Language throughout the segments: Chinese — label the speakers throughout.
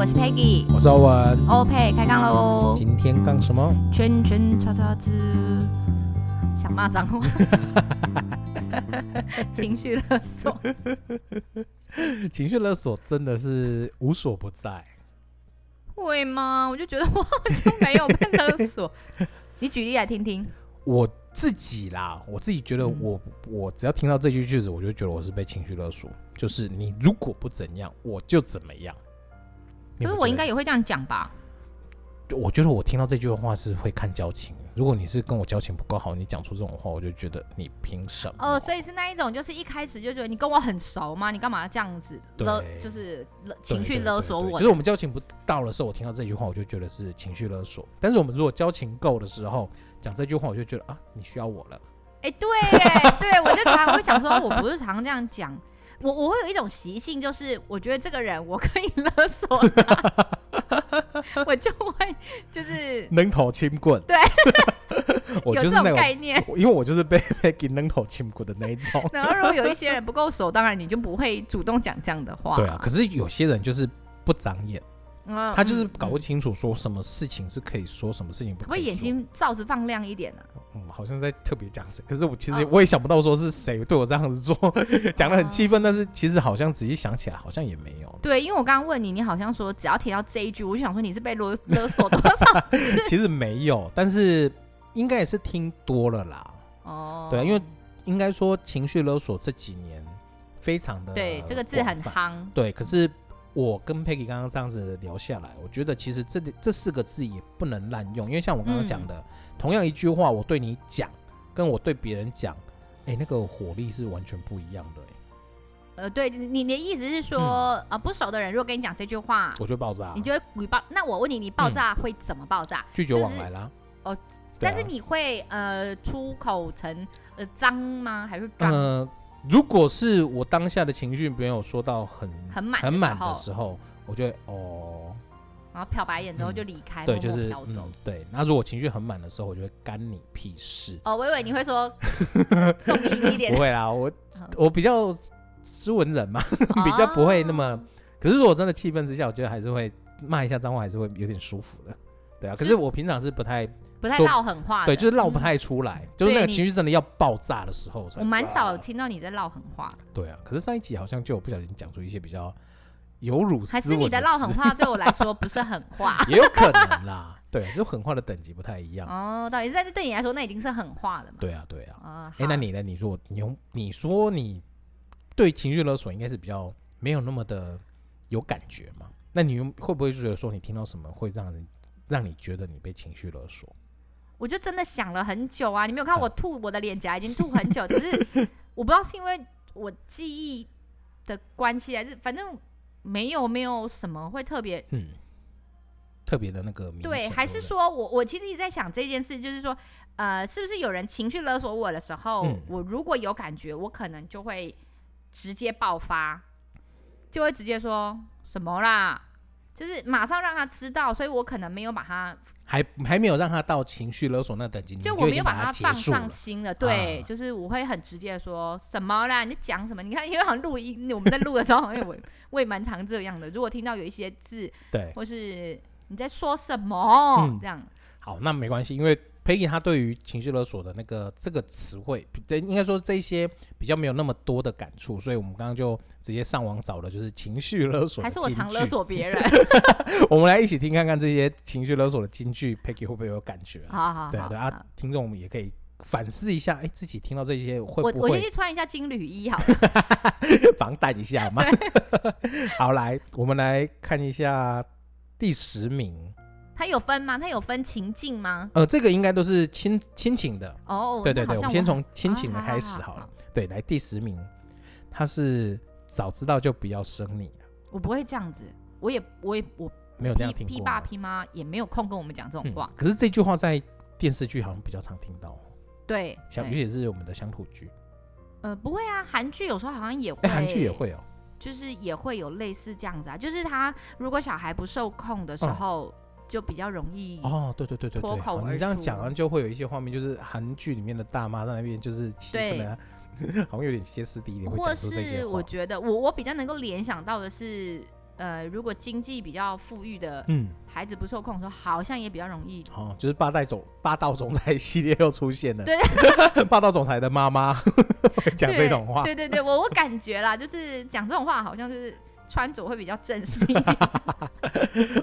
Speaker 1: 我是 Peggy，
Speaker 2: 我是欧文。
Speaker 1: 欧佩开杠喽！
Speaker 2: 今天干什么？
Speaker 1: 圈圈叉叉之，想骂脏 话，情绪勒索。
Speaker 2: 情绪勒索真的是无所不在。
Speaker 1: 会吗？我就觉得我好像没有被勒索。你举例来听听。
Speaker 2: 我自己啦，我自己觉得
Speaker 1: 嗯
Speaker 2: 我、我只要听到这句句子，我就觉得我是被情绪勒索，就是你如果不怎样，我就怎么样。你
Speaker 1: 可是
Speaker 2: 不
Speaker 1: 我
Speaker 2: 觉
Speaker 1: 应
Speaker 2: 得
Speaker 1: 该，也会这样讲吧？
Speaker 2: 我觉得我听到这句话是会看交情。如果你是跟我交情不够好，你讲出这种话，我就觉得你凭什么？
Speaker 1: 哦，所以是那一种，就是一开始就觉得你跟我很熟吗？你干嘛这样子
Speaker 2: 对
Speaker 1: 勒，就是勒
Speaker 2: 对
Speaker 1: 情绪
Speaker 2: 对
Speaker 1: 勒
Speaker 2: 对
Speaker 1: 索
Speaker 2: 对
Speaker 1: 我
Speaker 2: 就是我们交情不到的时候，我听到这句话，我就觉得是情绪勒索。但是我们如果交情够的时候，讲这句话，我就觉得啊，你需要我了。
Speaker 1: 哎、对耶，对我就常会想说，哦我不是常这样讲，我我会有一种习性，就是我觉得这个人我可以勒索他， 我就会就是
Speaker 2: 扔头轻棍，
Speaker 1: 对，
Speaker 2: 我
Speaker 1: 有
Speaker 2: 就
Speaker 1: 这
Speaker 2: 是那
Speaker 1: 种
Speaker 2: 种，
Speaker 1: 概念。
Speaker 2: 我因为我就是被 被给扔头轻棍的那一种。
Speaker 1: 然后如果有一些人不够熟，当然你就不会主动讲这样的话。
Speaker 2: 对啊，可是有些人就是不长眼，
Speaker 1: 嗯
Speaker 2: 他就是
Speaker 1: 嗯
Speaker 2: 搞不清楚说什么事情是可以说，什么事情不
Speaker 1: 可不可
Speaker 2: 可以
Speaker 1: 以
Speaker 2: 说。
Speaker 1: 眼睛罩子放亮一点啊呢、
Speaker 2: 嗯，好像在特别讲谁，可是我其实
Speaker 1: 哦
Speaker 2: 我也想不到说是谁对我这样子做， 讲的很
Speaker 1: 哦
Speaker 2: 气愤，但是其实好像仔细想起来，好像也没 有。
Speaker 1: 对，因为我刚刚问你，你好像说只要提到这一句，我就想说你是被勒勒索 多少？
Speaker 2: 其实没有，但是应该也是听多了啦。
Speaker 1: 哦，
Speaker 2: 对啊因为应该说情绪勒索这几年非常的
Speaker 1: 对这个字很
Speaker 2: 呃广泛
Speaker 1: 夯，
Speaker 2: 对，可是我跟 Peggy 刚刚这样子聊下来，我觉得其实这里这四个字也不能滥用，因为像我刚刚
Speaker 1: 嗯
Speaker 2: 讲的，同样一句话，我对你讲，跟我对别人讲，哎、那个火力是完全不一样的、诶欸
Speaker 1: 呃，对你你的意思是说，
Speaker 2: 嗯
Speaker 1: 呃，不熟的人如果跟你讲这句话，
Speaker 2: 我就爆炸
Speaker 1: 你，就会鬼爆。那我问你，你爆炸会怎么爆炸？
Speaker 2: 拒绝
Speaker 1: 就
Speaker 2: 往
Speaker 1: 是
Speaker 2: 来啦。
Speaker 1: 哦
Speaker 2: 嗯对啊，
Speaker 1: 但是你会呃出口成呃脏吗？还是脏？
Speaker 2: 呃，如果是我当下的情绪没有说到很
Speaker 1: 很满
Speaker 2: 很
Speaker 1: 的时
Speaker 2: 满的
Speaker 1: 候
Speaker 2: 时候，我就会哦，
Speaker 1: 然后瞟白眼之后
Speaker 2: 嗯
Speaker 1: 就离开，
Speaker 2: 对，
Speaker 1: 默
Speaker 2: 就
Speaker 1: 默
Speaker 2: 是
Speaker 1: 飘走。
Speaker 2: 嗯，对。那如果情绪很满的时候，我就会干你屁事。
Speaker 1: 哦，伟伟，你会 说重音一点
Speaker 2: 不，会啦，我
Speaker 1: 嗯
Speaker 2: 我比较斯文人嘛，
Speaker 1: 哦
Speaker 2: 比较不会那么。可是如果真的气氛之下，我觉得还是会骂一下脏话，还是会有点舒服的。对啊，可是
Speaker 1: 是
Speaker 2: 我平常是不太
Speaker 1: 不太
Speaker 2: 说
Speaker 1: 唠狠话的。
Speaker 2: 对，就是唠不
Speaker 1: 嗯。
Speaker 2: 太出来，就是那
Speaker 1: 对
Speaker 2: 个
Speaker 1: 你
Speaker 2: 情绪真的要爆炸的时候才。
Speaker 1: 我蛮少听到你在唠狠话，
Speaker 2: 对啊，可是上一集好像就有不小心讲出一些比较有辱斯
Speaker 1: 还
Speaker 2: 文
Speaker 1: 是你的
Speaker 2: 的
Speaker 1: 唠
Speaker 2: 字。
Speaker 1: 狠，话对我来说不是狠话
Speaker 2: 也有可能啦。对，就狠话的等级不太一样。
Speaker 1: 哦，到底是但是对你来说那已经是狠话了嘛？
Speaker 2: 对啊，对啊。
Speaker 1: 啊，
Speaker 2: 哎、
Speaker 1: 好
Speaker 2: 那你呢？你说你用你说你对情绪勒索应该是比较没有那么的有感觉嘛？那你用会不会觉得说你听到什么会让人让你觉得你被情绪勒索？
Speaker 1: 我就真的想了很久啊！你没有看我吐我的脸颊，已经吐很久，只是我不知道是因为我记忆的关系，还是反正没有没有什么会特别
Speaker 2: 嗯，特别的那个明显
Speaker 1: 对，还是
Speaker 2: 不
Speaker 1: 说我我其实一直在想这件事，就是说，呃，是不是有人情绪勒索我的时候，
Speaker 2: 嗯
Speaker 1: 我如果有感觉，我可能就会直接爆发，就会直接说什么啦，就是马上让他知道，所以我可能没有把他
Speaker 2: 还还没有让他到情绪勒索那等级，你
Speaker 1: 就我
Speaker 2: 已
Speaker 1: 没
Speaker 2: 经
Speaker 1: 有
Speaker 2: 把
Speaker 1: 它
Speaker 2: 结
Speaker 1: 放
Speaker 2: 束
Speaker 1: 上
Speaker 2: 了。
Speaker 1: 心了，对，
Speaker 2: 啊
Speaker 1: 就是我会很直接的说什么啦，你在讲什么？你看，因为好像录音，我们在录的时候，好像我我也蛮常这样的。如果听到有一些字，
Speaker 2: 对，
Speaker 1: 或是你在说什么、
Speaker 2: 嗯
Speaker 1: 这样，
Speaker 2: 好，那没关系，因为 Peggy 她对于情绪勒索的那个这个词汇，比对应该说这一些比较没有那么多的感触，所以我们刚刚就直接上网找了就是情绪勒索的
Speaker 1: 还是我
Speaker 2: 金
Speaker 1: 常
Speaker 2: 句
Speaker 1: 勒索别 人？
Speaker 2: 我们来一起听看看这些情绪勒索的金句，Peggy 会不会有感觉、啊？
Speaker 1: 好好好，
Speaker 2: 对啊，对啊
Speaker 1: 好，
Speaker 2: 听众们也可以反思一下，哎、自己听到这些会
Speaker 1: 我
Speaker 2: 不
Speaker 1: 我先
Speaker 2: 会
Speaker 1: 去穿一下金缕衣好了。
Speaker 2: 防弹一下 嘛？好，来，我们来看一下第十名，
Speaker 1: 它有分吗？它有分情境吗？
Speaker 2: 呃，这个应该都是亲亲情的，
Speaker 1: 哦，
Speaker 2: 对对
Speaker 1: 那好
Speaker 2: 对，我
Speaker 1: 像
Speaker 2: 们先
Speaker 1: 还
Speaker 2: 从亲情的开始
Speaker 1: 啊
Speaker 2: 好了。
Speaker 1: 好
Speaker 2: 对，来第十名，他是早知道就不要生你，
Speaker 1: 我不会这样子，我也我也我
Speaker 2: 没有这样
Speaker 1: 批
Speaker 2: 听
Speaker 1: 批
Speaker 2: 过
Speaker 1: 爸
Speaker 2: 吗。
Speaker 1: 批妈也没有空跟我们讲这种
Speaker 2: 嗯
Speaker 1: 话，，
Speaker 2: 可是这句话在电视剧好像比较常听到哦，
Speaker 1: 对，
Speaker 2: 像尤
Speaker 1: 对
Speaker 2: 其是我们的乡土剧，
Speaker 1: 呃，不会啊，韩剧有时候好像也会，
Speaker 2: 哎，韩剧也，会哦。
Speaker 1: 就是也会有类似这样子啊，就是他如果小孩不受控的时
Speaker 2: 嗯
Speaker 1: 候，就比较容易，
Speaker 2: 哦，对对对对
Speaker 1: 嗯脱
Speaker 2: 对，
Speaker 1: 口
Speaker 2: 好
Speaker 1: 而
Speaker 2: 你这样
Speaker 1: 出
Speaker 2: 讲完就会有一些画面，就是韩剧里面的大妈在那边就是气氛啊， 好像有点歇斯底里，会
Speaker 1: 或
Speaker 2: 讲出这些
Speaker 1: 是
Speaker 2: 话。
Speaker 1: 我觉得我我比较能够联想到的是，呃，如果经济比较富裕的
Speaker 2: 嗯，
Speaker 1: 孩子不受控的时候，好像也比较容易。
Speaker 2: 哦，就是霸道总霸道总裁系列又出现了，
Speaker 1: 对，
Speaker 2: 霸道总裁的妈 妈会讲这种话，
Speaker 1: 对对对，我我感觉啦，就是讲这种话，好像就是穿着会比较正式一点。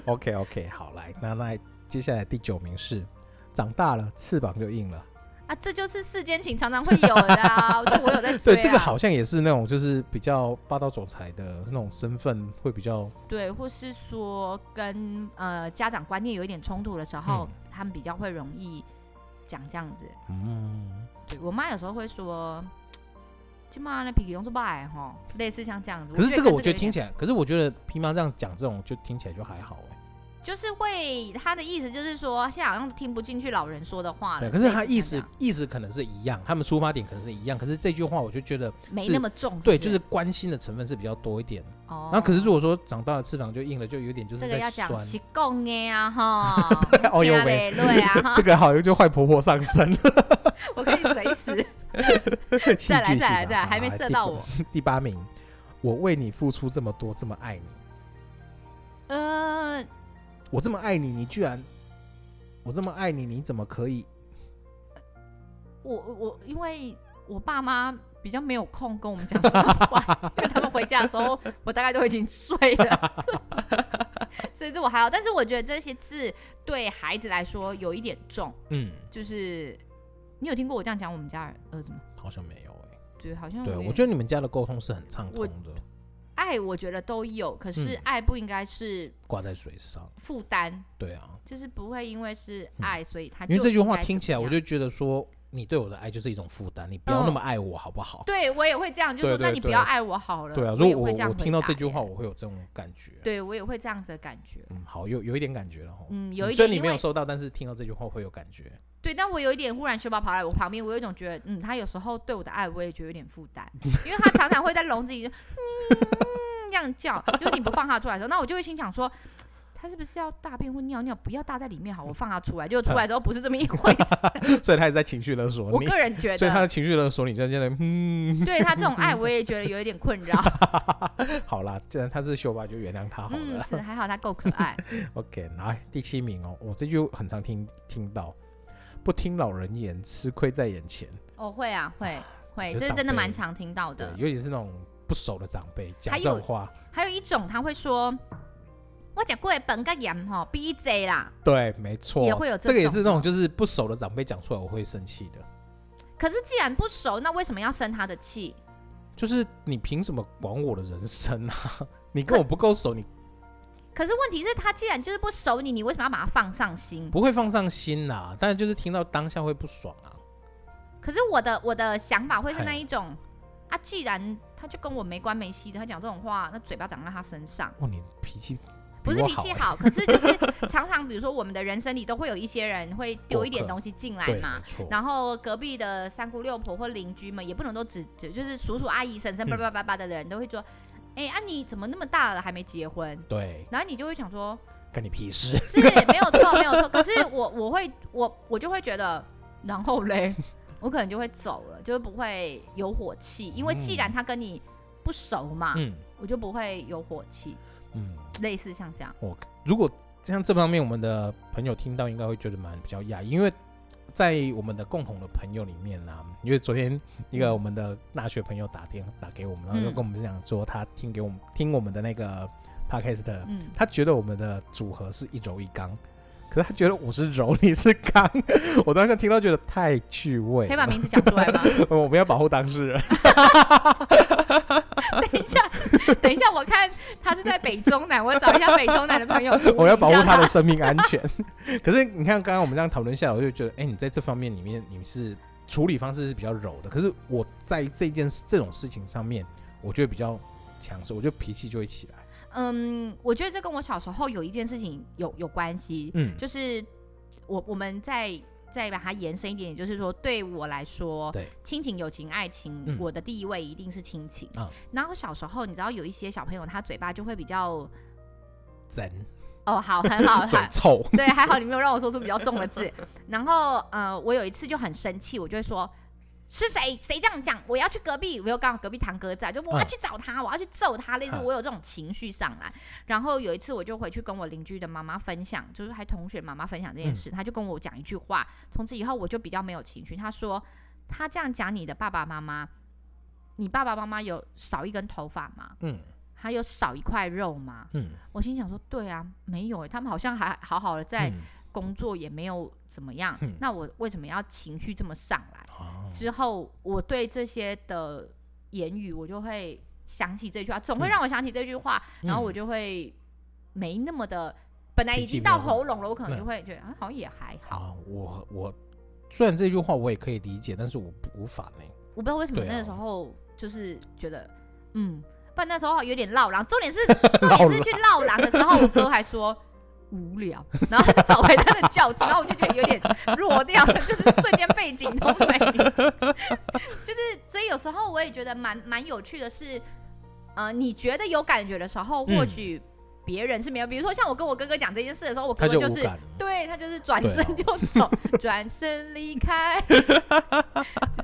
Speaker 2: OK OK，好，来，那那接下来第九名是长大了翅膀就硬了。
Speaker 1: 啊，这就是世间情常常会有的啊，这我有在追、
Speaker 2: 对，
Speaker 1: 啊。
Speaker 2: 这个，好像也是那种就是比较霸道总裁的那种身份会比较，
Speaker 1: 对，或是说跟呃家长观念有一点冲突的时候，
Speaker 2: 嗯
Speaker 1: 他们比较会容易讲这样子。
Speaker 2: 嗯，
Speaker 1: 对我妈有时候会说。今妈那脾气用是败吼，类似像这样子。
Speaker 2: 可是这
Speaker 1: 个
Speaker 2: 个我觉得听
Speaker 1: 起
Speaker 2: 起来，可是我觉得皮妈这样讲这种就听起来就还好哎、
Speaker 1: 就是会，他的意思就是说，现在好像听不进去老人说的话了。
Speaker 2: 对，可是
Speaker 1: 啊类似
Speaker 2: 他
Speaker 1: 像
Speaker 2: 意
Speaker 1: 这
Speaker 2: 思
Speaker 1: 样
Speaker 2: 意思可能是一样，他们出发点可能是一样，可是这句话我就觉得
Speaker 1: 没
Speaker 2: 是
Speaker 1: 那么重，
Speaker 2: 对，
Speaker 1: 不
Speaker 2: 就是关心的成分是比较多一点。
Speaker 1: 哦。
Speaker 2: 然后可是如果说长大了翅膀就硬了，就有点就是
Speaker 1: 这个
Speaker 2: 在
Speaker 1: 要
Speaker 2: 酸，
Speaker 1: 讲。习共的啊哈
Speaker 2: 哦呦喂
Speaker 1: 对啊哈
Speaker 2: 这，个好像就坏婆婆上身 了，
Speaker 1: 我可以随时
Speaker 2: 戏
Speaker 1: 再来
Speaker 2: 剧
Speaker 1: 再
Speaker 2: 性
Speaker 1: 来
Speaker 2: 啊
Speaker 1: 再来，还没
Speaker 2: 好
Speaker 1: 射
Speaker 2: 第
Speaker 1: 到
Speaker 2: 八
Speaker 1: 我。
Speaker 2: 第八名，我为你付出这么多，这么爱你，
Speaker 1: 呃，
Speaker 2: 我这么爱你，你居然，我这么爱你，你怎么可以？
Speaker 1: 我我因为我爸妈比较没有空跟我们讲这么 话，因为他们回家的时候，我大概都已经睡了， 所以这我还好。但是我觉得这些字对孩子来说有一点重，
Speaker 2: 嗯，
Speaker 1: 就是你有听过我这样讲我们家呃儿子吗？
Speaker 2: 好像没有哎、
Speaker 1: 对，好像
Speaker 2: 对，
Speaker 1: 也
Speaker 2: 我觉得你们家的沟通是很畅通
Speaker 1: 嗯我
Speaker 2: 的，
Speaker 1: 爱我觉得都有，可是
Speaker 2: 嗯
Speaker 1: 爱不应该是
Speaker 2: 挂在水上。
Speaker 1: 负担。
Speaker 2: 对啊，
Speaker 1: 就是不会因为是
Speaker 2: 嗯
Speaker 1: 爱，所以啊他就
Speaker 2: 因为这句
Speaker 1: 应
Speaker 2: 话
Speaker 1: 该
Speaker 2: 听
Speaker 1: 怎
Speaker 2: 起来，
Speaker 1: 么
Speaker 2: 我
Speaker 1: 样嗯
Speaker 2: 就觉得说，你对我的爱就是一种负担，你不要那么爱我，好不好？
Speaker 1: 对我也会这样，就
Speaker 2: 对
Speaker 1: 说那
Speaker 2: 对
Speaker 1: 你不
Speaker 2: 对
Speaker 1: 要爱我好了。
Speaker 2: 对啊，
Speaker 1: 嗯我
Speaker 2: 如
Speaker 1: 也
Speaker 2: 果
Speaker 1: 会这
Speaker 2: 我
Speaker 1: 样
Speaker 2: 我
Speaker 1: 回
Speaker 2: 听到
Speaker 1: 答
Speaker 2: 这句
Speaker 1: 别
Speaker 2: 话，
Speaker 1: 人，
Speaker 2: 我会有这种感觉。
Speaker 1: 对我也会这样子的感觉。
Speaker 2: 嗯，好，有有一点感觉了哈。
Speaker 1: 嗯，有一
Speaker 2: 虽
Speaker 1: 点
Speaker 2: 然你
Speaker 1: 因
Speaker 2: 没有
Speaker 1: 为
Speaker 2: 收到，但是听到这句话会有感觉。
Speaker 1: 对，但我有一点忽然修巴跑来我旁边，我有一种觉得，嗯，他有时候对我的爱，我也觉得有点负 担，因为他常常会在笼子里就嗯这样叫，就是你不放他出来的时候，那我就会心想说。他是不是要大便或尿尿？不要搭在里面好，我放他出来。就出来之后不是这么一 回事。
Speaker 2: 所以他也在情绪勒索
Speaker 1: 我
Speaker 2: 你，
Speaker 1: 个人觉
Speaker 2: 所以他的
Speaker 1: 得，
Speaker 2: 情绪勒索你在现在，嗯，
Speaker 1: 对他这种 爱，我也觉得有一点困扰。
Speaker 2: 好啦，既然他是秀吧，就原谅他好了。
Speaker 1: 嗯，是还好他够可 爱。
Speaker 2: OK，来第七名哦，我这句很常听听到，不听老人言，吃亏在眼前。
Speaker 1: 哦，会啊， 会会，
Speaker 2: 就
Speaker 1: 这
Speaker 2: 是
Speaker 1: 是真的
Speaker 2: 长辈
Speaker 1: 蛮常听到
Speaker 2: 对
Speaker 1: 的，。
Speaker 2: 尤其是那种不熟的长辈讲
Speaker 1: 还
Speaker 2: 这
Speaker 1: 有
Speaker 2: 种话，
Speaker 1: 还有一种他会说，我讲过的本个盐吼比贼啦，
Speaker 2: 对，没错，
Speaker 1: 也会有这
Speaker 2: 这个也
Speaker 1: 种
Speaker 2: 是那种
Speaker 1: 的
Speaker 2: 就是不熟的长辈讲出来我会生气的，
Speaker 1: 可是既然不熟，那为什么要生他的气？
Speaker 2: 就是你凭什么管我的人生啊？ 你跟我不够熟，你
Speaker 1: 可是问题是，他既然就是不熟你，你为什么要把他放上心？
Speaker 2: 不会放上心呐、啊但是就是听到当下会不爽啊。
Speaker 1: 可是我的我的想法会是
Speaker 2: 嘿
Speaker 1: 那一种，啊，既然他就跟我没关没系的，他讲这种话，那嘴巴长在他身上。
Speaker 2: 哇，哦你脾气比
Speaker 1: 不是
Speaker 2: 我
Speaker 1: 脾气
Speaker 2: 欸
Speaker 1: 好，可是就是常常，比如说我们的人生里都会有一些人会丢 一点
Speaker 2: 过客
Speaker 1: 东西进来
Speaker 2: 对，
Speaker 1: 嘛
Speaker 2: 没，错，
Speaker 1: 然后隔壁的三姑六婆或邻居们也不能都只只就是叔叔阿姨、婶婶、
Speaker 2: 嗯
Speaker 1: 叭叭叭叭的人都会说，哎、啊你怎么那么大了还没结婚？
Speaker 2: 对，
Speaker 1: 然后你就会想说，
Speaker 2: 干你屁事。
Speaker 1: 是没有错，没有错。可是我我会我我就会觉得，然后嘞， 我可能就会走了，就是不会有火气，因为既然他跟你不熟嘛，
Speaker 2: 嗯
Speaker 1: 我就不会有火气，
Speaker 2: 嗯，
Speaker 1: 类似像这样。
Speaker 2: 如果像这方面，我们的朋友听到应该会觉得蛮比较讶异，因为在我们的共同的朋友里面呢、因为昨天一个我们的大学朋友打电打给我们，然后就
Speaker 1: 嗯
Speaker 2: 跟我们讲说，他听给我们听我们的那个 podcast 的，
Speaker 1: 嗯，
Speaker 2: 他觉得我们的组合是一柔一刚。可是他觉得我是柔，你是刚， 我当时听到觉得太趣味
Speaker 1: 可以把
Speaker 2: 了。
Speaker 1: 名字讲出来吗？
Speaker 2: 我们要保护当事人。。
Speaker 1: 等一下，等一下，我看他是在北中南，我找一下北中南的朋友
Speaker 2: 我要保护他
Speaker 1: 他
Speaker 2: 的生命安 全。可是你看，刚刚我们这样讨论下来，我就觉得，哎、你在这方面里面你是处理方式是比较柔的，可是我在这件事这种事情上面，我觉得比较强势，我觉得脾气就会起来。
Speaker 1: 嗯，我觉得这跟我小时候有一件事情有有关系，
Speaker 2: 嗯，
Speaker 1: 就是我我们再再把它延伸一点，也就是说，对我来说，
Speaker 2: 对
Speaker 1: 亲情、友情、爱情，
Speaker 2: 嗯
Speaker 1: 我的第一位一定是亲情。
Speaker 2: 啊
Speaker 1: 然后小时候，你知道有一些小朋友，他嘴巴就会比较
Speaker 2: 真
Speaker 1: 哦，好，很好，
Speaker 2: 嘴
Speaker 1: 很
Speaker 2: 臭，
Speaker 1: 对，还好你没有让我说出比较重的字。然后呃，我有一次就很生气，我就会说是谁谁这样讲，我要去隔壁，我有刚好隔壁堂哥在，就我要
Speaker 2: 嗯
Speaker 1: 去找他，我要去揍他，类似
Speaker 2: 嗯
Speaker 1: 我有这种情绪上来。然后有一次我就回去跟我邻居的妈妈分享，就是还同学妈妈分享
Speaker 2: 嗯
Speaker 1: 这件事，她就跟我讲一句话，从此以后我就比较没有情绪。她说她这样讲你的爸爸妈妈，你爸爸妈妈有少一根头发吗？
Speaker 2: 嗯
Speaker 1: 还有少一块肉吗？
Speaker 2: 嗯，
Speaker 1: 我心想说，对啊，没有诶、他们好像还好好的在
Speaker 2: 嗯
Speaker 1: 工作，也没有怎么样。
Speaker 2: 嗯
Speaker 1: 那我为什么要情绪这么上来？
Speaker 2: 哦
Speaker 1: 之后，我对这些的言语，我就会想起这句话，总会
Speaker 2: 嗯
Speaker 1: 让我想起这句话，然后我
Speaker 2: 嗯
Speaker 1: 就会没那么的，本来
Speaker 2: 脾
Speaker 1: 已
Speaker 2: 气
Speaker 1: 经
Speaker 2: 没有
Speaker 1: 到
Speaker 2: 那么嗯
Speaker 1: 喉咙了，我可能
Speaker 2: 对
Speaker 1: 就会觉得、啊、好像也还好，
Speaker 2: 啊，我我虽然这句话我也可以理解，但是我不无法呢。
Speaker 1: 我不知道为什么
Speaker 2: 对啊
Speaker 1: 那个时候就是觉得，嗯，不然那时候有点绕狼，重 点是重点是去绕狼的时候，我哥还说。 无聊， 然后他就找回他的教子，然后我就觉得有点弱掉，就是瞬间背景都没 了。就是，所以有时候我也觉得蛮蛮有趣的是，呃，你觉得有感觉的时候，或
Speaker 2: 嗯
Speaker 1: 许别人是没有。比如说，像我跟我哥哥讲这件事的时候，我
Speaker 2: 他
Speaker 1: 哥哥就
Speaker 2: 无
Speaker 1: 是
Speaker 2: 感了，
Speaker 1: 对他就是转
Speaker 2: 对啊
Speaker 1: 身就走，转身离开。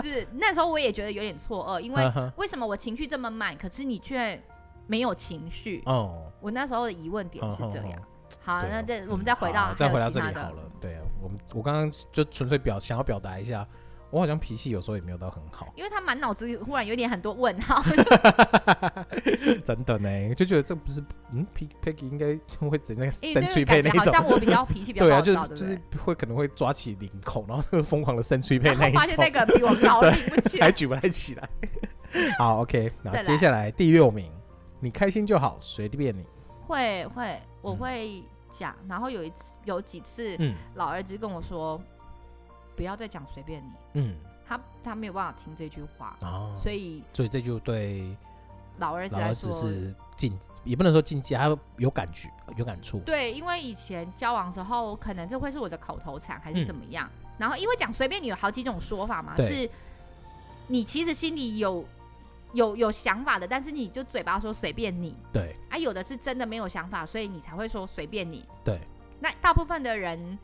Speaker 1: 就是那时候我也觉得有点错愕，因为
Speaker 2: 嗯哼
Speaker 1: 为什么我情绪这么慢，可是你却没有情绪？
Speaker 2: 哦，
Speaker 1: 我那时候的疑问点
Speaker 2: 嗯
Speaker 1: 是
Speaker 2: 哼
Speaker 1: 这
Speaker 2: 哼
Speaker 1: 样。好，
Speaker 2: 对
Speaker 1: 那
Speaker 2: 哦
Speaker 1: 这
Speaker 2: 嗯
Speaker 1: 我们再回
Speaker 2: 好
Speaker 1: 到
Speaker 2: 再
Speaker 1: 还有
Speaker 2: 回到
Speaker 1: 其
Speaker 2: 这
Speaker 1: 他
Speaker 2: 里
Speaker 1: 的，
Speaker 2: 好了。对啊，我们我刚刚就纯粹表想要表达一下，我好像脾气有时候也没有到很好
Speaker 1: 因为他满脑子忽然有点很多问号，
Speaker 2: 真的呢，就觉得这不是嗯，P Peggy 应该会直接
Speaker 1: 因
Speaker 2: 生
Speaker 1: 为就
Speaker 2: 吹
Speaker 1: 感
Speaker 2: 配
Speaker 1: 觉
Speaker 2: 那
Speaker 1: 好像
Speaker 2: 种。
Speaker 1: 我比较 脾气比较
Speaker 2: 对
Speaker 1: 暴躁，对
Speaker 2: 啊，就是
Speaker 1: 不
Speaker 2: 就是
Speaker 1: 对？
Speaker 2: 会可能会抓起领口，然后疯狂的生吹配
Speaker 1: 然
Speaker 2: 那
Speaker 1: 后
Speaker 2: 一
Speaker 1: 发现那
Speaker 2: 种，
Speaker 1: 个比我高，
Speaker 2: 对
Speaker 1: 挺不起
Speaker 2: 还
Speaker 1: 来。
Speaker 2: 举不太起来。 好，OK，
Speaker 1: 再
Speaker 2: 然后
Speaker 1: 来
Speaker 2: 接下来第六名，你开心就好，随便你。
Speaker 1: 会会，我
Speaker 2: 嗯
Speaker 1: 会讲。然后有一次有几次，
Speaker 2: 嗯
Speaker 1: 老儿子跟我说，不要再讲随便你，
Speaker 2: 嗯，
Speaker 1: 他他没有办法听这句话，
Speaker 2: 哦，
Speaker 1: 所以
Speaker 2: 所以这就对
Speaker 1: 老儿子
Speaker 2: 老
Speaker 1: 来
Speaker 2: 儿子
Speaker 1: 说，
Speaker 2: 是进，也不能说进阶，他有感觉，有感触。
Speaker 1: 对，因为以前交往的时候，可能这会是我的口头禅还是
Speaker 2: 嗯
Speaker 1: 怎么样。然后因为讲随便你有好几种说法嘛，
Speaker 2: 对
Speaker 1: 是你其实心里有有有想法的，但是你就嘴巴说随便你
Speaker 2: 对
Speaker 1: 啊，有的是真的没有想法，所以你才会说随便你。
Speaker 2: 对
Speaker 1: 那大部分的人。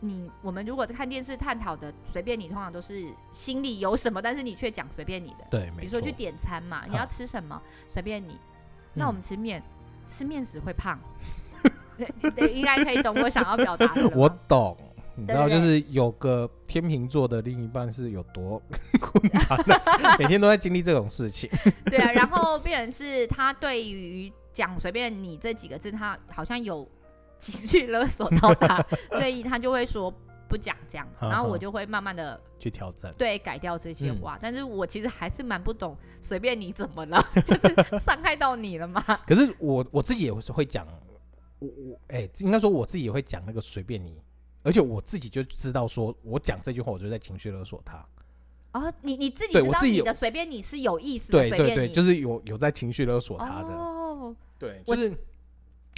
Speaker 1: 你我们如果看电视探讨的随便你，通常都是心里有什么，但是你却讲随便你的。
Speaker 2: 对，没
Speaker 1: 比如
Speaker 2: 错。
Speaker 1: 说去点餐嘛，你要
Speaker 2: 好
Speaker 1: 吃什么随便你。
Speaker 2: 嗯
Speaker 1: 那我们吃面，吃面食会胖。 对对应该可以懂我想要表达的了吧。
Speaker 2: 我懂，你知
Speaker 1: 对
Speaker 2: 道，
Speaker 1: 对
Speaker 2: 就
Speaker 1: 对
Speaker 2: 是有个天秤座的另一半是有多 困难的事，每天都在经历这种事情。
Speaker 1: 对啊，然后变成是他对于讲随便你这几个字，他好像有情绪勒索到 他，所以他就会说不讲这样子，
Speaker 2: 嗯
Speaker 1: 然后我
Speaker 2: 嗯
Speaker 1: 就会慢慢的
Speaker 2: 去挑战，
Speaker 1: 对改掉这些
Speaker 2: 嗯
Speaker 1: 话，但是我其实还是蛮不懂随便你怎么了， 就是伤害到你了吗？
Speaker 2: 可是我我自己也是会讲，我我哎，应该说我自己也会讲那个随便你，而且我自己就知道说，我讲这句话，我就在情绪勒索他。
Speaker 1: 哦，你你自己
Speaker 2: 对
Speaker 1: 知
Speaker 2: 我
Speaker 1: 道
Speaker 2: 自己
Speaker 1: 你
Speaker 2: 有
Speaker 1: 的随便你是有意思的，
Speaker 2: 对
Speaker 1: 随
Speaker 2: 对
Speaker 1: 便
Speaker 2: 对，
Speaker 1: 你
Speaker 2: 就是有有在情绪勒索他的。
Speaker 1: 哦，
Speaker 2: 对，
Speaker 1: 我
Speaker 2: 就是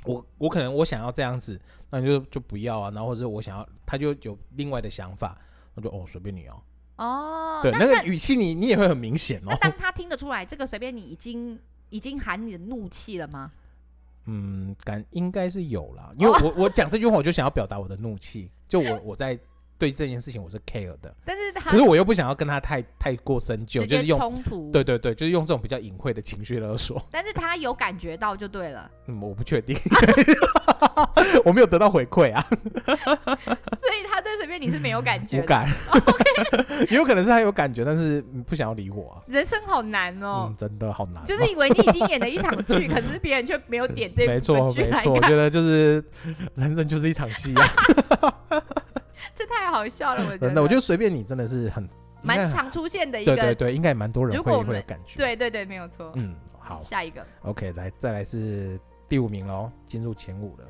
Speaker 2: 我我可能我想要这样子，那你就就不要啊，然后或者我想要，他就有另外的想法，我就哦随便你哦。
Speaker 1: 哦，
Speaker 2: 对，
Speaker 1: 那
Speaker 2: 那个
Speaker 1: 那
Speaker 2: 语气你你也会很明显
Speaker 1: 那
Speaker 2: 哦。
Speaker 1: 当他听得出来，这个随便你已经已经喊你的怒气了吗？
Speaker 2: 嗯，感应该是有啦，因为
Speaker 1: 哦
Speaker 2: 我、我讲这句话，我就想要表达我的怒气，就我我在对这件事情我是 care 的，
Speaker 1: 但是他
Speaker 2: 可是我又不想要跟他太太过深究，
Speaker 1: 直
Speaker 2: 就
Speaker 1: 接
Speaker 2: 是用
Speaker 1: 冲突，
Speaker 2: 对，对对，就是用这种比较隐晦的情绪勒索。
Speaker 1: 但是他有感觉到就对了，
Speaker 2: 嗯，我不确定，我没有得到回馈啊。
Speaker 1: 所以他对随便你是没有感觉
Speaker 2: 无
Speaker 1: 的。
Speaker 2: 感， 也有可能是他有感觉，但是嗯不想要理我啊。
Speaker 1: 人生好难哦
Speaker 2: 嗯，，真的好难。
Speaker 1: 就是以为你已经演了一场剧，可是别人却没有点这
Speaker 2: 没
Speaker 1: 部
Speaker 2: 错
Speaker 1: 剧
Speaker 2: 没
Speaker 1: 来
Speaker 2: 错，我
Speaker 1: 看，
Speaker 2: 觉得就是 人生就是一场戏 啊。
Speaker 1: 这太好笑了，我觉
Speaker 2: 真
Speaker 1: 得。
Speaker 2: 的，我觉得随便你真的是很
Speaker 1: 蛮。
Speaker 2: 应该
Speaker 1: 常出现的一
Speaker 2: 对
Speaker 1: 个，
Speaker 2: 对对，应该也蛮多人
Speaker 1: 如
Speaker 2: 会
Speaker 1: 果我们
Speaker 2: 会有感觉。，
Speaker 1: 对对对没有错。
Speaker 2: 嗯，好
Speaker 1: 下一个，
Speaker 2: ，OK，来再来是第五名喽，进入前五了。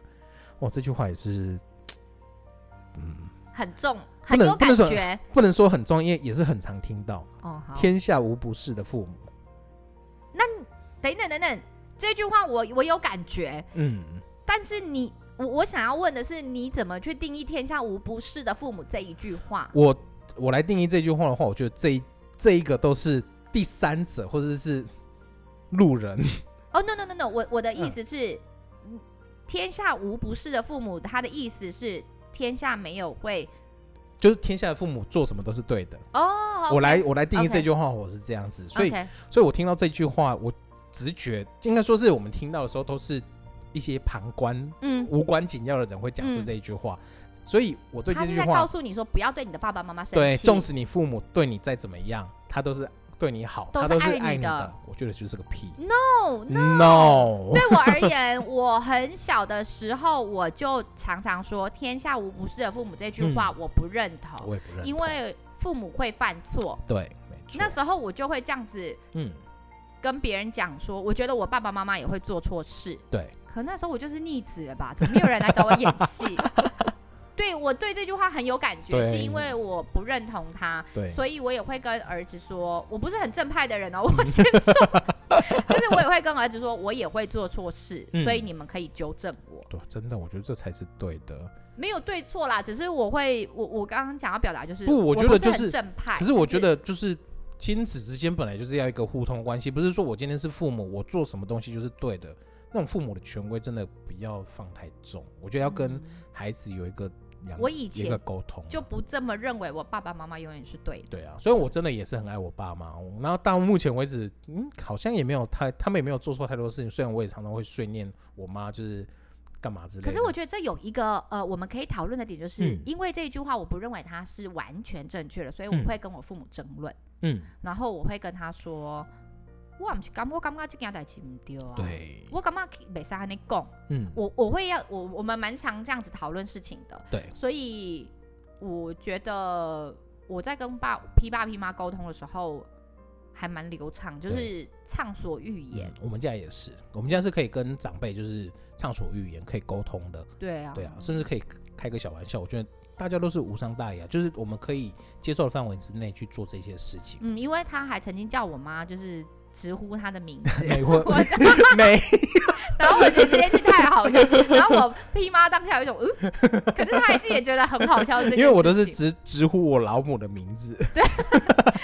Speaker 2: 哇，这句话也是，嗯，
Speaker 1: 很重，
Speaker 2: 不
Speaker 1: 很
Speaker 2: 能
Speaker 1: 有
Speaker 2: 不
Speaker 1: 感
Speaker 2: 能说
Speaker 1: 觉。
Speaker 2: 不能说很重要，因为也是很常听到。
Speaker 1: 哦，好。
Speaker 2: 天下无不是的父母。
Speaker 1: 等等等等，这句话我我有感觉，
Speaker 2: 嗯，
Speaker 1: 但是你我我想要问的是，你怎么去定义“天下无不是的父母”这一句话？
Speaker 2: 我我来定义这句话的话，我觉得这一这一个都是第三者或者是路人，
Speaker 1: 哦、n o no no no，我我的意思是，嗯天下无不是的父母，他的意思是天下没有会
Speaker 2: 就是天下的父母做什么都是对的。
Speaker 1: 哦，
Speaker 2: 我来我来定义
Speaker 1: OK
Speaker 2: 这句话，我是这样子，所以
Speaker 1: OK，
Speaker 2: 所以我听到这句话，我直觉应该说是我们听到的时候，都是一些旁观
Speaker 1: 嗯，
Speaker 2: 无关紧要的人会讲出这一句话，所以我对这
Speaker 1: 他是
Speaker 2: 句
Speaker 1: 在告
Speaker 2: 话，
Speaker 1: 诉你说不要对你的爸爸妈妈生
Speaker 2: 对，
Speaker 1: 气，
Speaker 2: 纵使你父母对你再怎么样，他都是对你好，
Speaker 1: 都
Speaker 2: 他
Speaker 1: 是
Speaker 2: 都是
Speaker 1: 爱你
Speaker 2: 爱你
Speaker 1: 的
Speaker 2: 的，我觉得就是个屁。
Speaker 1: No
Speaker 2: 嗯
Speaker 1: No。
Speaker 2: No，
Speaker 1: 对我而言， 我很小的时候我就常常说“天下无不是的父母”这句话，我不认同，
Speaker 2: 嗯我也不认同，
Speaker 1: 因为父母会犯错。
Speaker 2: 对，没错，
Speaker 1: 那时候我就会这样子
Speaker 2: 嗯，
Speaker 1: 跟别人讲说，我觉得我爸爸妈妈也会做错事。
Speaker 2: 对，
Speaker 1: 可那时候我就是逆子了吧？怎么没有人来找我演戏？对我对这句话很有感觉，
Speaker 2: 对
Speaker 1: 是因为我不认同他，
Speaker 2: 对，
Speaker 1: 所以我也会跟儿子说，我不是很正派的人哦，我先 说，但是我也会跟儿子说，我也会做错事，
Speaker 2: 嗯
Speaker 1: 所以你们可以纠正我，
Speaker 2: 对，真的，我觉得这才是对的。
Speaker 1: 没有对错啦，只是我会，我我刚刚想要表达就是，
Speaker 2: 不我
Speaker 1: 我
Speaker 2: 觉得
Speaker 1: 不
Speaker 2: 就是
Speaker 1: 很正派，
Speaker 2: 可是我
Speaker 1: 但
Speaker 2: 觉得就是亲子之间本来就是要一个互通关系，不是说我今天是父母，我做什么东西就是对的。那种父母的权威真的不要放太重，我觉得要跟
Speaker 1: 嗯
Speaker 2: 孩子有一个两
Speaker 1: 我以
Speaker 2: 有一
Speaker 1: 前
Speaker 2: 个沟通。
Speaker 1: 就不这么认为，我爸爸妈妈永远是对的，
Speaker 2: 对啊，所以我真的也是很爱我爸妈。我然后到目前为止，嗯，好像也没有太，他们也没有做错太多事情。虽然我也常常会碎念我妈就是干嘛之类的。
Speaker 1: 可是我觉得这有一个呃，我们可以讨论的点，就是、
Speaker 2: 嗯
Speaker 1: 因为这一句话，我不认为它是完全正确的，所以我
Speaker 2: 嗯
Speaker 1: 会跟我父母争论，
Speaker 2: 嗯，
Speaker 1: 然后我会跟他说，我不是感我感觉这件代志唔对啊，，
Speaker 2: 对，
Speaker 1: 我感觉没使安尼讲，
Speaker 2: 嗯，
Speaker 1: 我我会要我我们蛮常这样子讨论事情的，
Speaker 2: 对，
Speaker 1: 所以我觉得我在跟爸 P 爸 P 妈沟通的时候。还蛮流畅，就是畅所欲言
Speaker 2: 嗯。我们家也是，我们家是可以跟长辈就是畅所欲言，可以沟通的。
Speaker 1: 对啊，
Speaker 2: 对啊，甚至可以开个小玩笑。我觉得大家都是无伤大雅，就是我们可以接受的范围之内去做这些事情。
Speaker 1: 嗯，因为他还曾经叫我妈就是直呼他的名字，
Speaker 2: 没问
Speaker 1: 我嗯
Speaker 2: 没，
Speaker 1: 然后我觉得这件事太好笑，然后我屁妈当下有一种，嗯， 可是她还是也觉得很好笑这件事情。
Speaker 2: 因为我都是直直呼我老母的名字，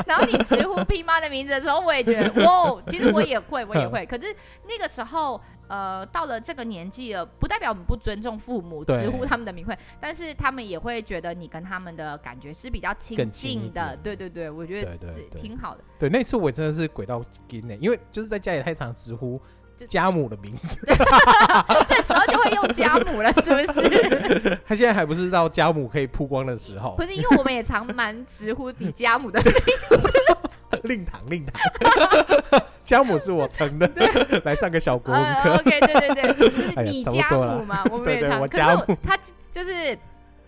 Speaker 1: 然后你直呼屁妈的名字的时候，我也觉得哇 哦，其实我也会，我也会。可是那个时候，呃，到了这个年纪了，不代表我们不尊重父母，
Speaker 2: 对
Speaker 1: 直呼他们的名讳，但是他们也会觉得你跟他们的感觉是比较亲
Speaker 2: 更亲一
Speaker 1: 近的。
Speaker 2: 点
Speaker 1: 对对对，我觉得
Speaker 2: 对对
Speaker 1: 这
Speaker 2: 对
Speaker 1: 挺好的。
Speaker 2: 对，那次我真的是鬼到惊呢、因为就是在家里太常直呼
Speaker 1: 就
Speaker 2: 家母的名字，
Speaker 1: 这时候就会用家母了，是不是？
Speaker 2: 他现在还不是到家母可以曝光的时候
Speaker 1: 不，是，因为我们也常蛮直呼你家母的，
Speaker 2: 令堂令堂， 家母是我成 的，
Speaker 1: 啊
Speaker 2: 来上个小国文
Speaker 1: 呃
Speaker 2: 课，
Speaker 1: ，OK，对对对，就
Speaker 2: 哎
Speaker 1: 是
Speaker 2: 呀
Speaker 1: 你
Speaker 2: 差不
Speaker 1: 家
Speaker 2: 多
Speaker 1: 母
Speaker 2: 啦
Speaker 1: 嘛，我们
Speaker 2: 对
Speaker 1: 也
Speaker 2: 对
Speaker 1: 常。
Speaker 2: 我
Speaker 1: 可
Speaker 2: 家
Speaker 1: 是我
Speaker 2: 母
Speaker 1: 他就是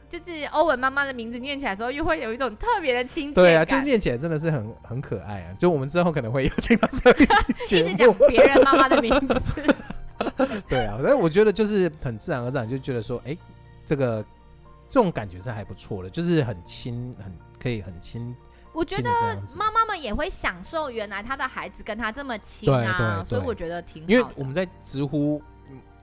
Speaker 1: 就是欧文妈妈的名字念起来的时候，又会有一种特别的 亲切
Speaker 2: 对啊，
Speaker 1: 感。
Speaker 2: 就是念起来真的是很很可爱啊，就我们之后可能会邀请到上一 期
Speaker 1: 一
Speaker 2: 节
Speaker 1: 直
Speaker 2: 目，
Speaker 1: 讲别人妈妈的名字，
Speaker 2: 对啊，但是我觉得就是很自然而然就觉得说，哎、这个这种感觉是还不错的，就是很亲，很可以很亲
Speaker 1: 我觉
Speaker 2: 近的
Speaker 1: 得
Speaker 2: 这样子。
Speaker 1: 妈妈们也会享受原来她的孩子跟她这么亲
Speaker 2: 对
Speaker 1: 啊，
Speaker 2: 对对
Speaker 1: 所以我觉得挺好的。
Speaker 2: 因为我们在直呼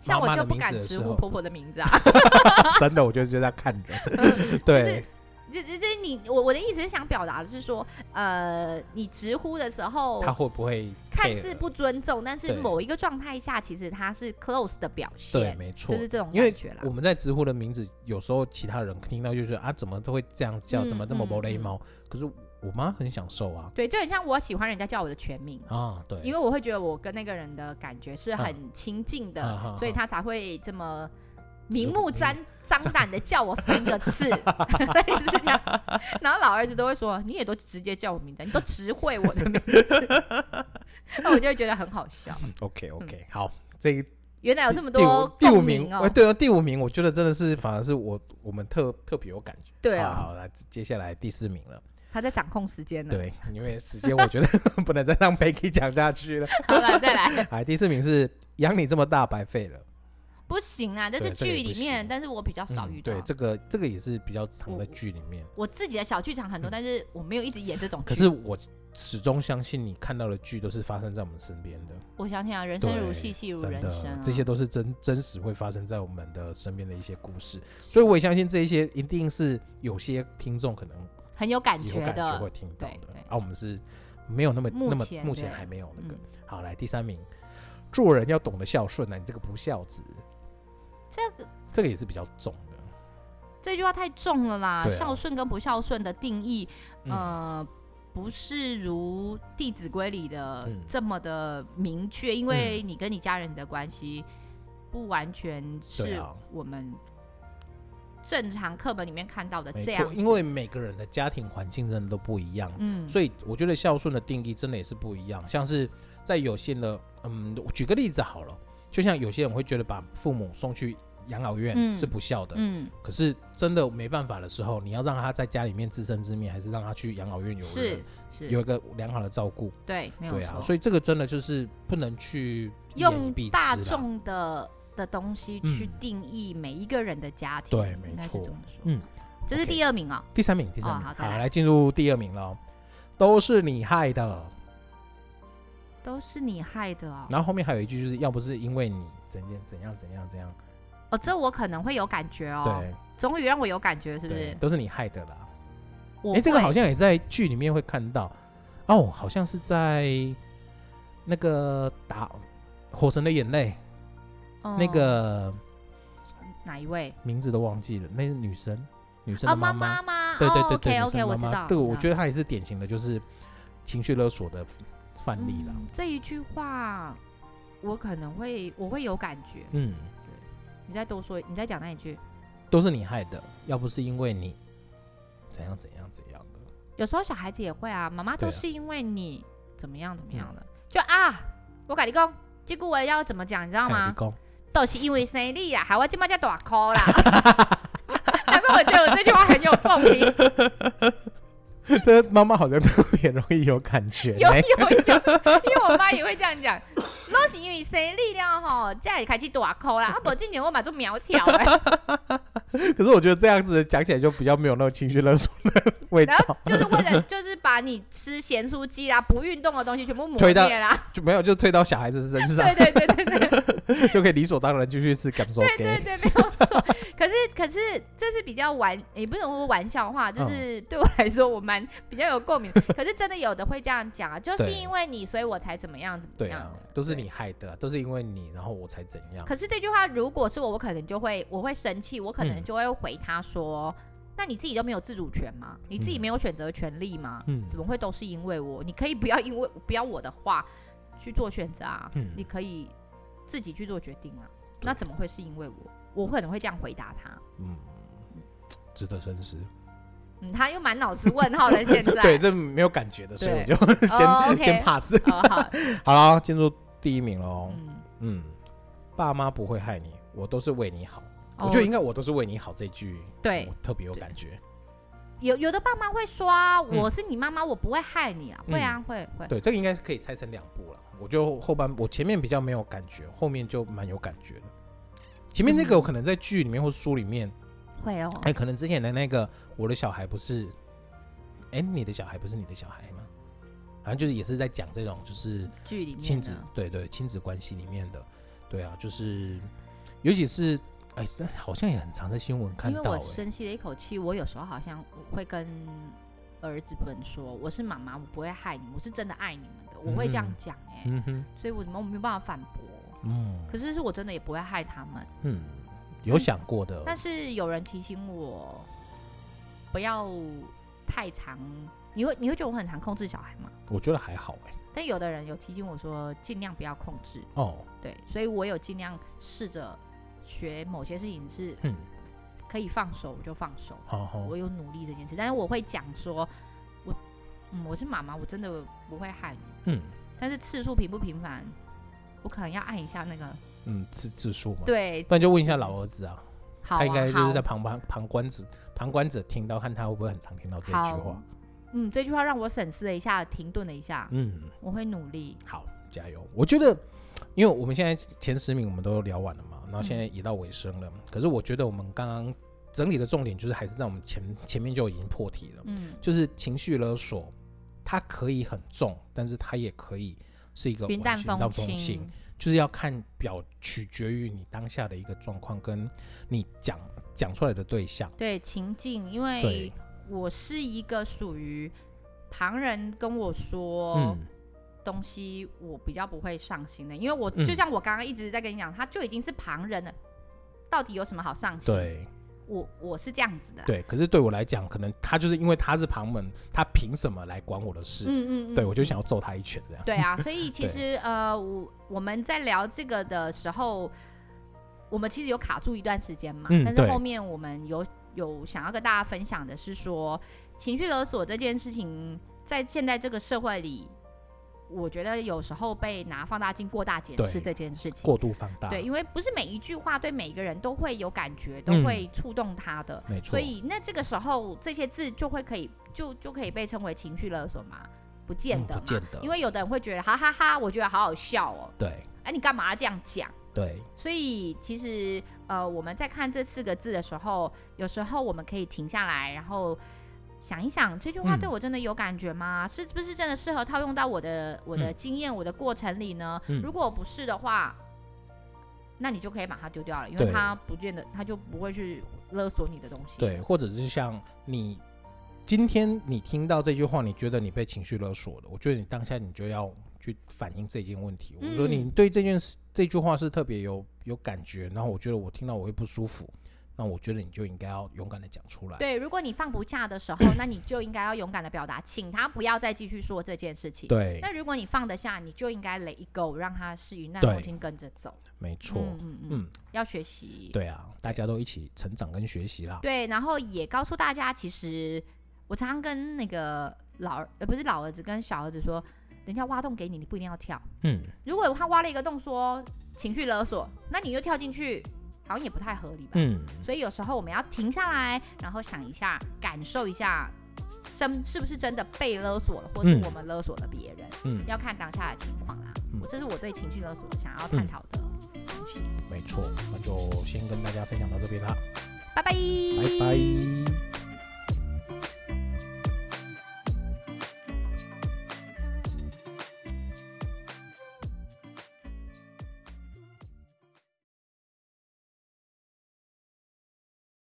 Speaker 1: 像
Speaker 2: 妈
Speaker 1: 我
Speaker 2: 妈
Speaker 1: 就
Speaker 2: 的
Speaker 1: 不
Speaker 2: 名字
Speaker 1: 敢
Speaker 2: 的
Speaker 1: 直
Speaker 2: 时
Speaker 1: 呼
Speaker 2: 候，
Speaker 1: 婆婆的名字啊，
Speaker 2: 真的我觉得就在看人， 对，
Speaker 1: 就就就是你我我的意思是想表达的是说，呃，你直呼的时候，
Speaker 2: 他会不会
Speaker 1: 看
Speaker 2: care
Speaker 1: 似不尊重，但是
Speaker 2: 对
Speaker 1: 某一个状态下，其实它是 close 的表
Speaker 2: 对，
Speaker 1: 现，
Speaker 2: 没错
Speaker 1: 就。是这种
Speaker 2: 因为
Speaker 1: 感觉啦
Speaker 2: 我。们在直呼的名字，有时候其他人听到就是啊，怎么都会这样叫，
Speaker 1: 嗯
Speaker 2: 怎么这么
Speaker 1: 嗯
Speaker 2: 不礼
Speaker 1: 嗯
Speaker 2: 貌？可是我妈很享受啊，
Speaker 1: 对，就很像我喜欢人家叫我的全名，
Speaker 2: 啊，对，啊
Speaker 1: 因为我会觉得我跟那个人的感觉是很亲近的，
Speaker 2: 啊啊啊
Speaker 1: 所以他才会这么。
Speaker 2: 直
Speaker 1: 明目
Speaker 2: 呼
Speaker 1: 张张胆的叫我三个字，类似这样，然后老儿子都会说：“你也都直接叫我名字，你都直会我的名字。” 那我就会觉得很好笑。
Speaker 2: OK OK，、好，这一
Speaker 1: 原嗯哦来有这么
Speaker 2: 第第
Speaker 1: 多
Speaker 2: 五第五
Speaker 1: 共
Speaker 2: 名，
Speaker 1: 鸣
Speaker 2: 哎、
Speaker 1: 哦，
Speaker 2: 对啊，第五名，我觉得真的是反而是我我们特特别有感觉。
Speaker 1: 对
Speaker 2: 好
Speaker 1: 啊，嗯
Speaker 2: 好，来接下来第四名了。
Speaker 1: 他在掌控时间呢。
Speaker 2: 对，因为时间我觉得 不能再让 Becky 讲下去了。
Speaker 1: 好了，再来。
Speaker 2: 哎，第四名是养你这么大白费了。
Speaker 1: 不行啊，这是
Speaker 2: 对这个
Speaker 1: 剧
Speaker 2: 也不
Speaker 1: 里面，
Speaker 2: 行
Speaker 1: 但是我比较少遇
Speaker 2: 嗯，
Speaker 1: 到。
Speaker 2: 对，这个这个也是比较常
Speaker 1: 我
Speaker 2: 在剧里面。
Speaker 1: 我自己的小剧场很多，
Speaker 2: 嗯
Speaker 1: 但是我没有一直演这种剧。
Speaker 2: 可是我始终相信你看到的剧都是发生在我们身边的。
Speaker 1: 我想想啊，人生
Speaker 2: 对，
Speaker 1: 如戏，戏如
Speaker 2: 真
Speaker 1: 人
Speaker 2: 的
Speaker 1: 生、啊，
Speaker 2: 这些都是真真实会发生在我们的身边的一些故事，所以我也相信这一些一定是有些听众可能
Speaker 1: 很有感
Speaker 2: 有
Speaker 1: 觉
Speaker 2: 感觉
Speaker 1: 的。
Speaker 2: 会听到的
Speaker 1: 对对，
Speaker 2: 啊，我们是没有那么
Speaker 1: 目
Speaker 2: 那么
Speaker 1: 前
Speaker 2: 目前
Speaker 1: 对
Speaker 2: 还没有那个
Speaker 1: 嗯。
Speaker 2: 好，来第三名，做人要懂得孝顺啊，你这个不孝子，
Speaker 1: 这个
Speaker 2: 这个也是比较重的。
Speaker 1: 这句话太重了啦，
Speaker 2: 对啊
Speaker 1: 孝顺跟不孝顺的定义，
Speaker 2: 嗯，
Speaker 1: 呃，不是如《弟子规》里的
Speaker 2: 嗯
Speaker 1: 这么的明确，因为你跟你家人的关系不完全
Speaker 2: 对
Speaker 1: 是
Speaker 2: 啊
Speaker 1: 我们正常课本里面看到的
Speaker 2: 没
Speaker 1: 这
Speaker 2: 错，
Speaker 1: 样，
Speaker 2: 因为每个人的家庭环境真的都不一样，
Speaker 1: 嗯，
Speaker 2: 所以我觉得孝顺的定义真的也是不一样。像是在有些的，嗯，我举个例子好了，就像有些人会觉得把父母送去养老院
Speaker 1: 嗯
Speaker 2: 是不孝的，
Speaker 1: 嗯，
Speaker 2: 可是真的没办法的时候，你要让他在家里面自生自灭，还是让他去养老院有人
Speaker 1: 是
Speaker 2: 有
Speaker 1: 是，
Speaker 2: 一个良好的照顾？
Speaker 1: 对，没有
Speaker 2: 对
Speaker 1: 错，
Speaker 2: 啊，所以这个真的就是不能去
Speaker 1: 用
Speaker 2: 言必
Speaker 1: 大
Speaker 2: 之啦
Speaker 1: 众的的东西去
Speaker 2: 嗯
Speaker 1: 定义每一个人的家庭，
Speaker 2: 对没
Speaker 1: 应该是
Speaker 2: 错
Speaker 1: 这么说，
Speaker 2: 嗯，
Speaker 1: 这是
Speaker 2: OK
Speaker 1: 第二名哦。
Speaker 2: 第三名，第三名，
Speaker 1: 好再
Speaker 2: 好，
Speaker 1: 来
Speaker 2: 来进入第二名了哦，都是你害的。
Speaker 1: 都是你害的哦。
Speaker 2: 然后后面还有一句，就是要不是因为你怎样怎样怎样怎样，
Speaker 1: 哦，这我可能会有感觉哦。
Speaker 2: 对
Speaker 1: 终于让我有感觉，是不
Speaker 2: 对，
Speaker 1: 是？
Speaker 2: 都是你害的啦。
Speaker 1: 我
Speaker 2: 哎，这个
Speaker 1: 会
Speaker 2: 好像也在剧里面会看到哦，好像是在那个打《火神的眼泪》
Speaker 1: 嗯
Speaker 2: 那个
Speaker 1: 哪一位？
Speaker 2: 名字都忘记了，那是女生，女生
Speaker 1: 啊，
Speaker 2: 的
Speaker 1: 妈
Speaker 2: 妈。
Speaker 1: 吗？哦
Speaker 2: 对对对
Speaker 1: OK
Speaker 2: 对女生
Speaker 1: OK，
Speaker 2: 的
Speaker 1: 我
Speaker 2: 妈
Speaker 1: 知
Speaker 2: 妈
Speaker 1: 道。嗯
Speaker 2: 这个
Speaker 1: 我
Speaker 2: 我
Speaker 1: 知
Speaker 2: 觉
Speaker 1: 道
Speaker 2: 得她也是典型的，就是情绪勒索的范例啦。
Speaker 1: 嗯这一句话，我可能会我会有感觉。
Speaker 2: 嗯，
Speaker 1: 你再多说，你再讲那一句。
Speaker 2: 都是你害的，要不是因为你怎样怎样怎样的。
Speaker 1: 有时候小孩子也会啊，妈妈
Speaker 2: 对啊嗯
Speaker 1: 都是因为你怎么样怎么样的，就啊，我跟你讲，这句我要怎么讲，你知道
Speaker 2: 还有
Speaker 1: 吗
Speaker 2: 哎你？讲
Speaker 1: 都是因为生你啊，害我今麦才大哭啦。 难怪我觉得我这句话很有共鸣。
Speaker 2: 这妈妈好像特别容易有感觉
Speaker 1: 有
Speaker 2: 呢。
Speaker 1: 有有，
Speaker 2: 哎
Speaker 1: 因为我妈也会这样讲，拢是因为生力量吼，才会开始大哭啦。啊，无之前我嘛做苗条的，
Speaker 2: 可是我觉得这样子讲起来就比较没有那种情绪勒索的味
Speaker 1: 然后
Speaker 2: 道，
Speaker 1: 就是为了就是把你吃咸酥鸡啦、不运动的东西全部磨
Speaker 2: 推到
Speaker 1: 灭啦。
Speaker 2: 就没有就推到小孩子身上
Speaker 1: 对，对对对对对
Speaker 2: 就可以理所当然继续吃感受
Speaker 1: 对
Speaker 2: 给。
Speaker 1: 对，没有错。可 是可是这是比较玩，也不能说玩笑话，就是
Speaker 2: 嗯
Speaker 1: 对我来说我蛮比较有共 鸣。可是真的有的会这样讲啊，就是
Speaker 2: 对
Speaker 1: 因为你，所以我才怎么样怎么
Speaker 2: 对
Speaker 1: 样
Speaker 2: 啊
Speaker 1: 的。，
Speaker 2: 都是你害的啊，都是因为你，然后我才怎样。
Speaker 1: 可是这句话如果是我，我可能就会我会生气，我可能
Speaker 2: 嗯
Speaker 1: 就会回他说：“那你自己都没有自主权吗？你自己
Speaker 2: 嗯
Speaker 1: 没有选择权利吗？
Speaker 2: 嗯
Speaker 1: 怎么会都是因为我？你可以不要因为不要我的话去做选择啊，
Speaker 2: 嗯
Speaker 1: 你可以自己去做决定啊。那怎么会是因为我？我可能会这样回答他。
Speaker 2: 嗯，值得深思。
Speaker 1: 嗯，他又满脑子问号了。现在
Speaker 2: 对，这没有感觉的，所以我
Speaker 1: 对
Speaker 2: 就 先、
Speaker 1: 哦，OK
Speaker 2: 先 pass。
Speaker 1: 哦好，
Speaker 2: 好了，进入第一名喽。
Speaker 1: 嗯，
Speaker 2: 嗯，爸妈不会害你，我都是为你好。
Speaker 1: 哦
Speaker 2: 我觉得应该我都是为你好这句，
Speaker 1: 对
Speaker 2: 我特别有
Speaker 1: 对
Speaker 2: 感觉。
Speaker 1: 有有的爸妈会说啊，
Speaker 2: 嗯
Speaker 1: 我是你妈妈，我不会害你啊。会啊，会会。
Speaker 2: 对，这个应该是可以拆成两部了。我就后半，我前面比较没有感觉，后面就蛮有感觉的。前面那个
Speaker 1: 嗯
Speaker 2: 我可能在剧里面或书里面，
Speaker 1: 会哦，
Speaker 2: 哎、可能之前的那个我的小孩不是，哎、你的小孩不是你的小孩吗？反正就是也是在讲这种就是
Speaker 1: 剧里面啊
Speaker 2: 亲子
Speaker 1: 呢，
Speaker 2: 对对亲子关系里面的，对啊，就是尤其是哎、这好像也很常在新闻看
Speaker 1: 因为
Speaker 2: 到、
Speaker 1: 我
Speaker 2: 哎，
Speaker 1: 深吸了一口气，我有时候好像会跟儿子们说，我是妈妈，我不会害你们，我是真的爱你们的，我会这样
Speaker 2: 嗯
Speaker 1: 讲哎、
Speaker 2: 嗯哼，
Speaker 1: 所以我怎么我没有办法反驳？
Speaker 2: 嗯
Speaker 1: 可是是我真的也不会害他们，
Speaker 2: 嗯，有想过的，
Speaker 1: 但是有人提醒我不要太常，你会你会觉得我很常控制小孩吗？
Speaker 2: 我觉得还好哎、
Speaker 1: 但有的人有提醒我说尽量不要控制，
Speaker 2: 哦，
Speaker 1: 对，所以我有尽量试着学某些事情是
Speaker 2: 嗯，
Speaker 1: 可以放手我就放手，
Speaker 2: 好好
Speaker 1: 我，有努力这件事，但是我会讲说，我嗯，我是妈妈，我真的不会害你，
Speaker 2: 嗯。
Speaker 1: 但是次数频不频繁，我可能要按一下那个
Speaker 2: 嗯，次次数嘛。，
Speaker 1: 对，
Speaker 2: 那你就问一下老儿子啊，
Speaker 1: 好、啊，
Speaker 2: 他应该就是
Speaker 1: 好
Speaker 2: 在旁旁旁观者旁观者听到，看他会不会很常听到这句
Speaker 1: 好
Speaker 2: 话。
Speaker 1: 嗯，这句话让我审视了一下，停顿了一下，
Speaker 2: 嗯，
Speaker 1: 我会努力，
Speaker 2: 好，加油！我觉得，因为我们现在前十名我们都聊完了嘛，然后现在也到尾声了。可是我觉得我们刚刚整理的重点就是还是在我们前前面就已经破题了，
Speaker 1: 嗯，
Speaker 2: 就是情绪勒索，它可以很重，但是它也可以是一个
Speaker 1: 云
Speaker 2: 完
Speaker 1: 淡
Speaker 2: 全到
Speaker 1: 风
Speaker 2: 风轻。，就是要看表，取决于你当下的一个状况，跟你讲讲出来的对象。
Speaker 1: 对情境，因
Speaker 2: 对
Speaker 1: 为，我是一个属于旁人跟我说。
Speaker 2: 嗯，
Speaker 1: 东西我比较不会上心的，因为我、
Speaker 2: 嗯
Speaker 1: 就像我刚刚一直在跟你讲，他就已经是旁人了，到底有什么好上心？啊
Speaker 2: 对，
Speaker 1: 我我是这样子的啦，
Speaker 2: 对，可是对我来讲，可能他就是因为他是旁门，他凭什么来管我的事？
Speaker 1: 嗯嗯嗯，
Speaker 2: 对我就想要揍他一拳这样。
Speaker 1: 对啊，所以其实呃，我我们在聊这个的时候，我们其实有卡住一段时间嘛，
Speaker 2: 嗯
Speaker 1: 但是
Speaker 2: 对
Speaker 1: 后面我们有有想要跟大家分享的是说，情绪勒索这件事情在现在这个社会里，我觉得有时候被拿放大镜过大检视
Speaker 2: 对
Speaker 1: 这件事情。
Speaker 2: 过度放大，
Speaker 1: 对，因为不是每一句话对每一个人都会有感觉，都
Speaker 2: 嗯
Speaker 1: 会触动他的，
Speaker 2: 没错。
Speaker 1: 所以那这个时候这些字就会可以就就可以被称为情绪勒索吗？不见
Speaker 2: 嗯
Speaker 1: 得
Speaker 2: 不
Speaker 1: 嘛，
Speaker 2: 见得，
Speaker 1: 因为有的人会觉得哈哈哈，我觉得好好笑哦，
Speaker 2: 对
Speaker 1: 哎、你干嘛这样讲？
Speaker 2: 对，
Speaker 1: 所以其实呃，我们在看这四个字的时候，有时候我们可以停下来，然后想一想这句话
Speaker 2: 嗯
Speaker 1: 对我真的有感觉吗？是不是真的适合套用到我的我的
Speaker 2: 嗯
Speaker 1: 经验、我的过程里呢？
Speaker 2: 嗯
Speaker 1: 如果不是的话，那你就可以把它丢掉了，因为
Speaker 2: 对
Speaker 1: 它不见得，它就不会去勒索你的东西。
Speaker 2: 对，或者是像你今天你听到这句话，你觉得你被情绪勒索了，我觉得你当下你就要去反映这件问题。我说
Speaker 1: 嗯
Speaker 2: 你对这件事这句话是特别有有感觉，然后我觉得我听到我会不舒服，那我觉得你就应该要勇敢的讲出来。
Speaker 1: 对，如果你放不下的时候，那你就应该要勇敢的表达，请他不要再继续说这件事情。
Speaker 2: 对，
Speaker 1: 那如果你放得下，你就应该 let it go，让他是云淡
Speaker 2: 对
Speaker 1: 风轻跟着走。
Speaker 2: 没错，
Speaker 1: 嗯嗯嗯
Speaker 2: 嗯，
Speaker 1: 要学习。
Speaker 2: 对啊，大家都一起成长跟学习啦。
Speaker 1: 对然后也告诉大家，其实我常常跟那个老儿呃不是老儿子跟小儿子说，人家挖洞给你，你不一定要跳。
Speaker 2: 嗯，
Speaker 1: 如果他挖了一个洞说情绪勒索，那你就跳进去，好像也不太合理吧？
Speaker 2: 嗯，
Speaker 1: 所以有时候我们要停下来，然后想一下，感受一下。真是不是真的被勒索了，或是
Speaker 2: 嗯
Speaker 1: 我们勒索了别人？
Speaker 2: 嗯
Speaker 1: 要看当下的情况啦。
Speaker 2: 嗯
Speaker 1: 我这是我对情绪勒索想要探讨的东西。
Speaker 2: 没错，那就先跟大家分享到这边啦，
Speaker 1: 拜拜，
Speaker 2: 拜拜。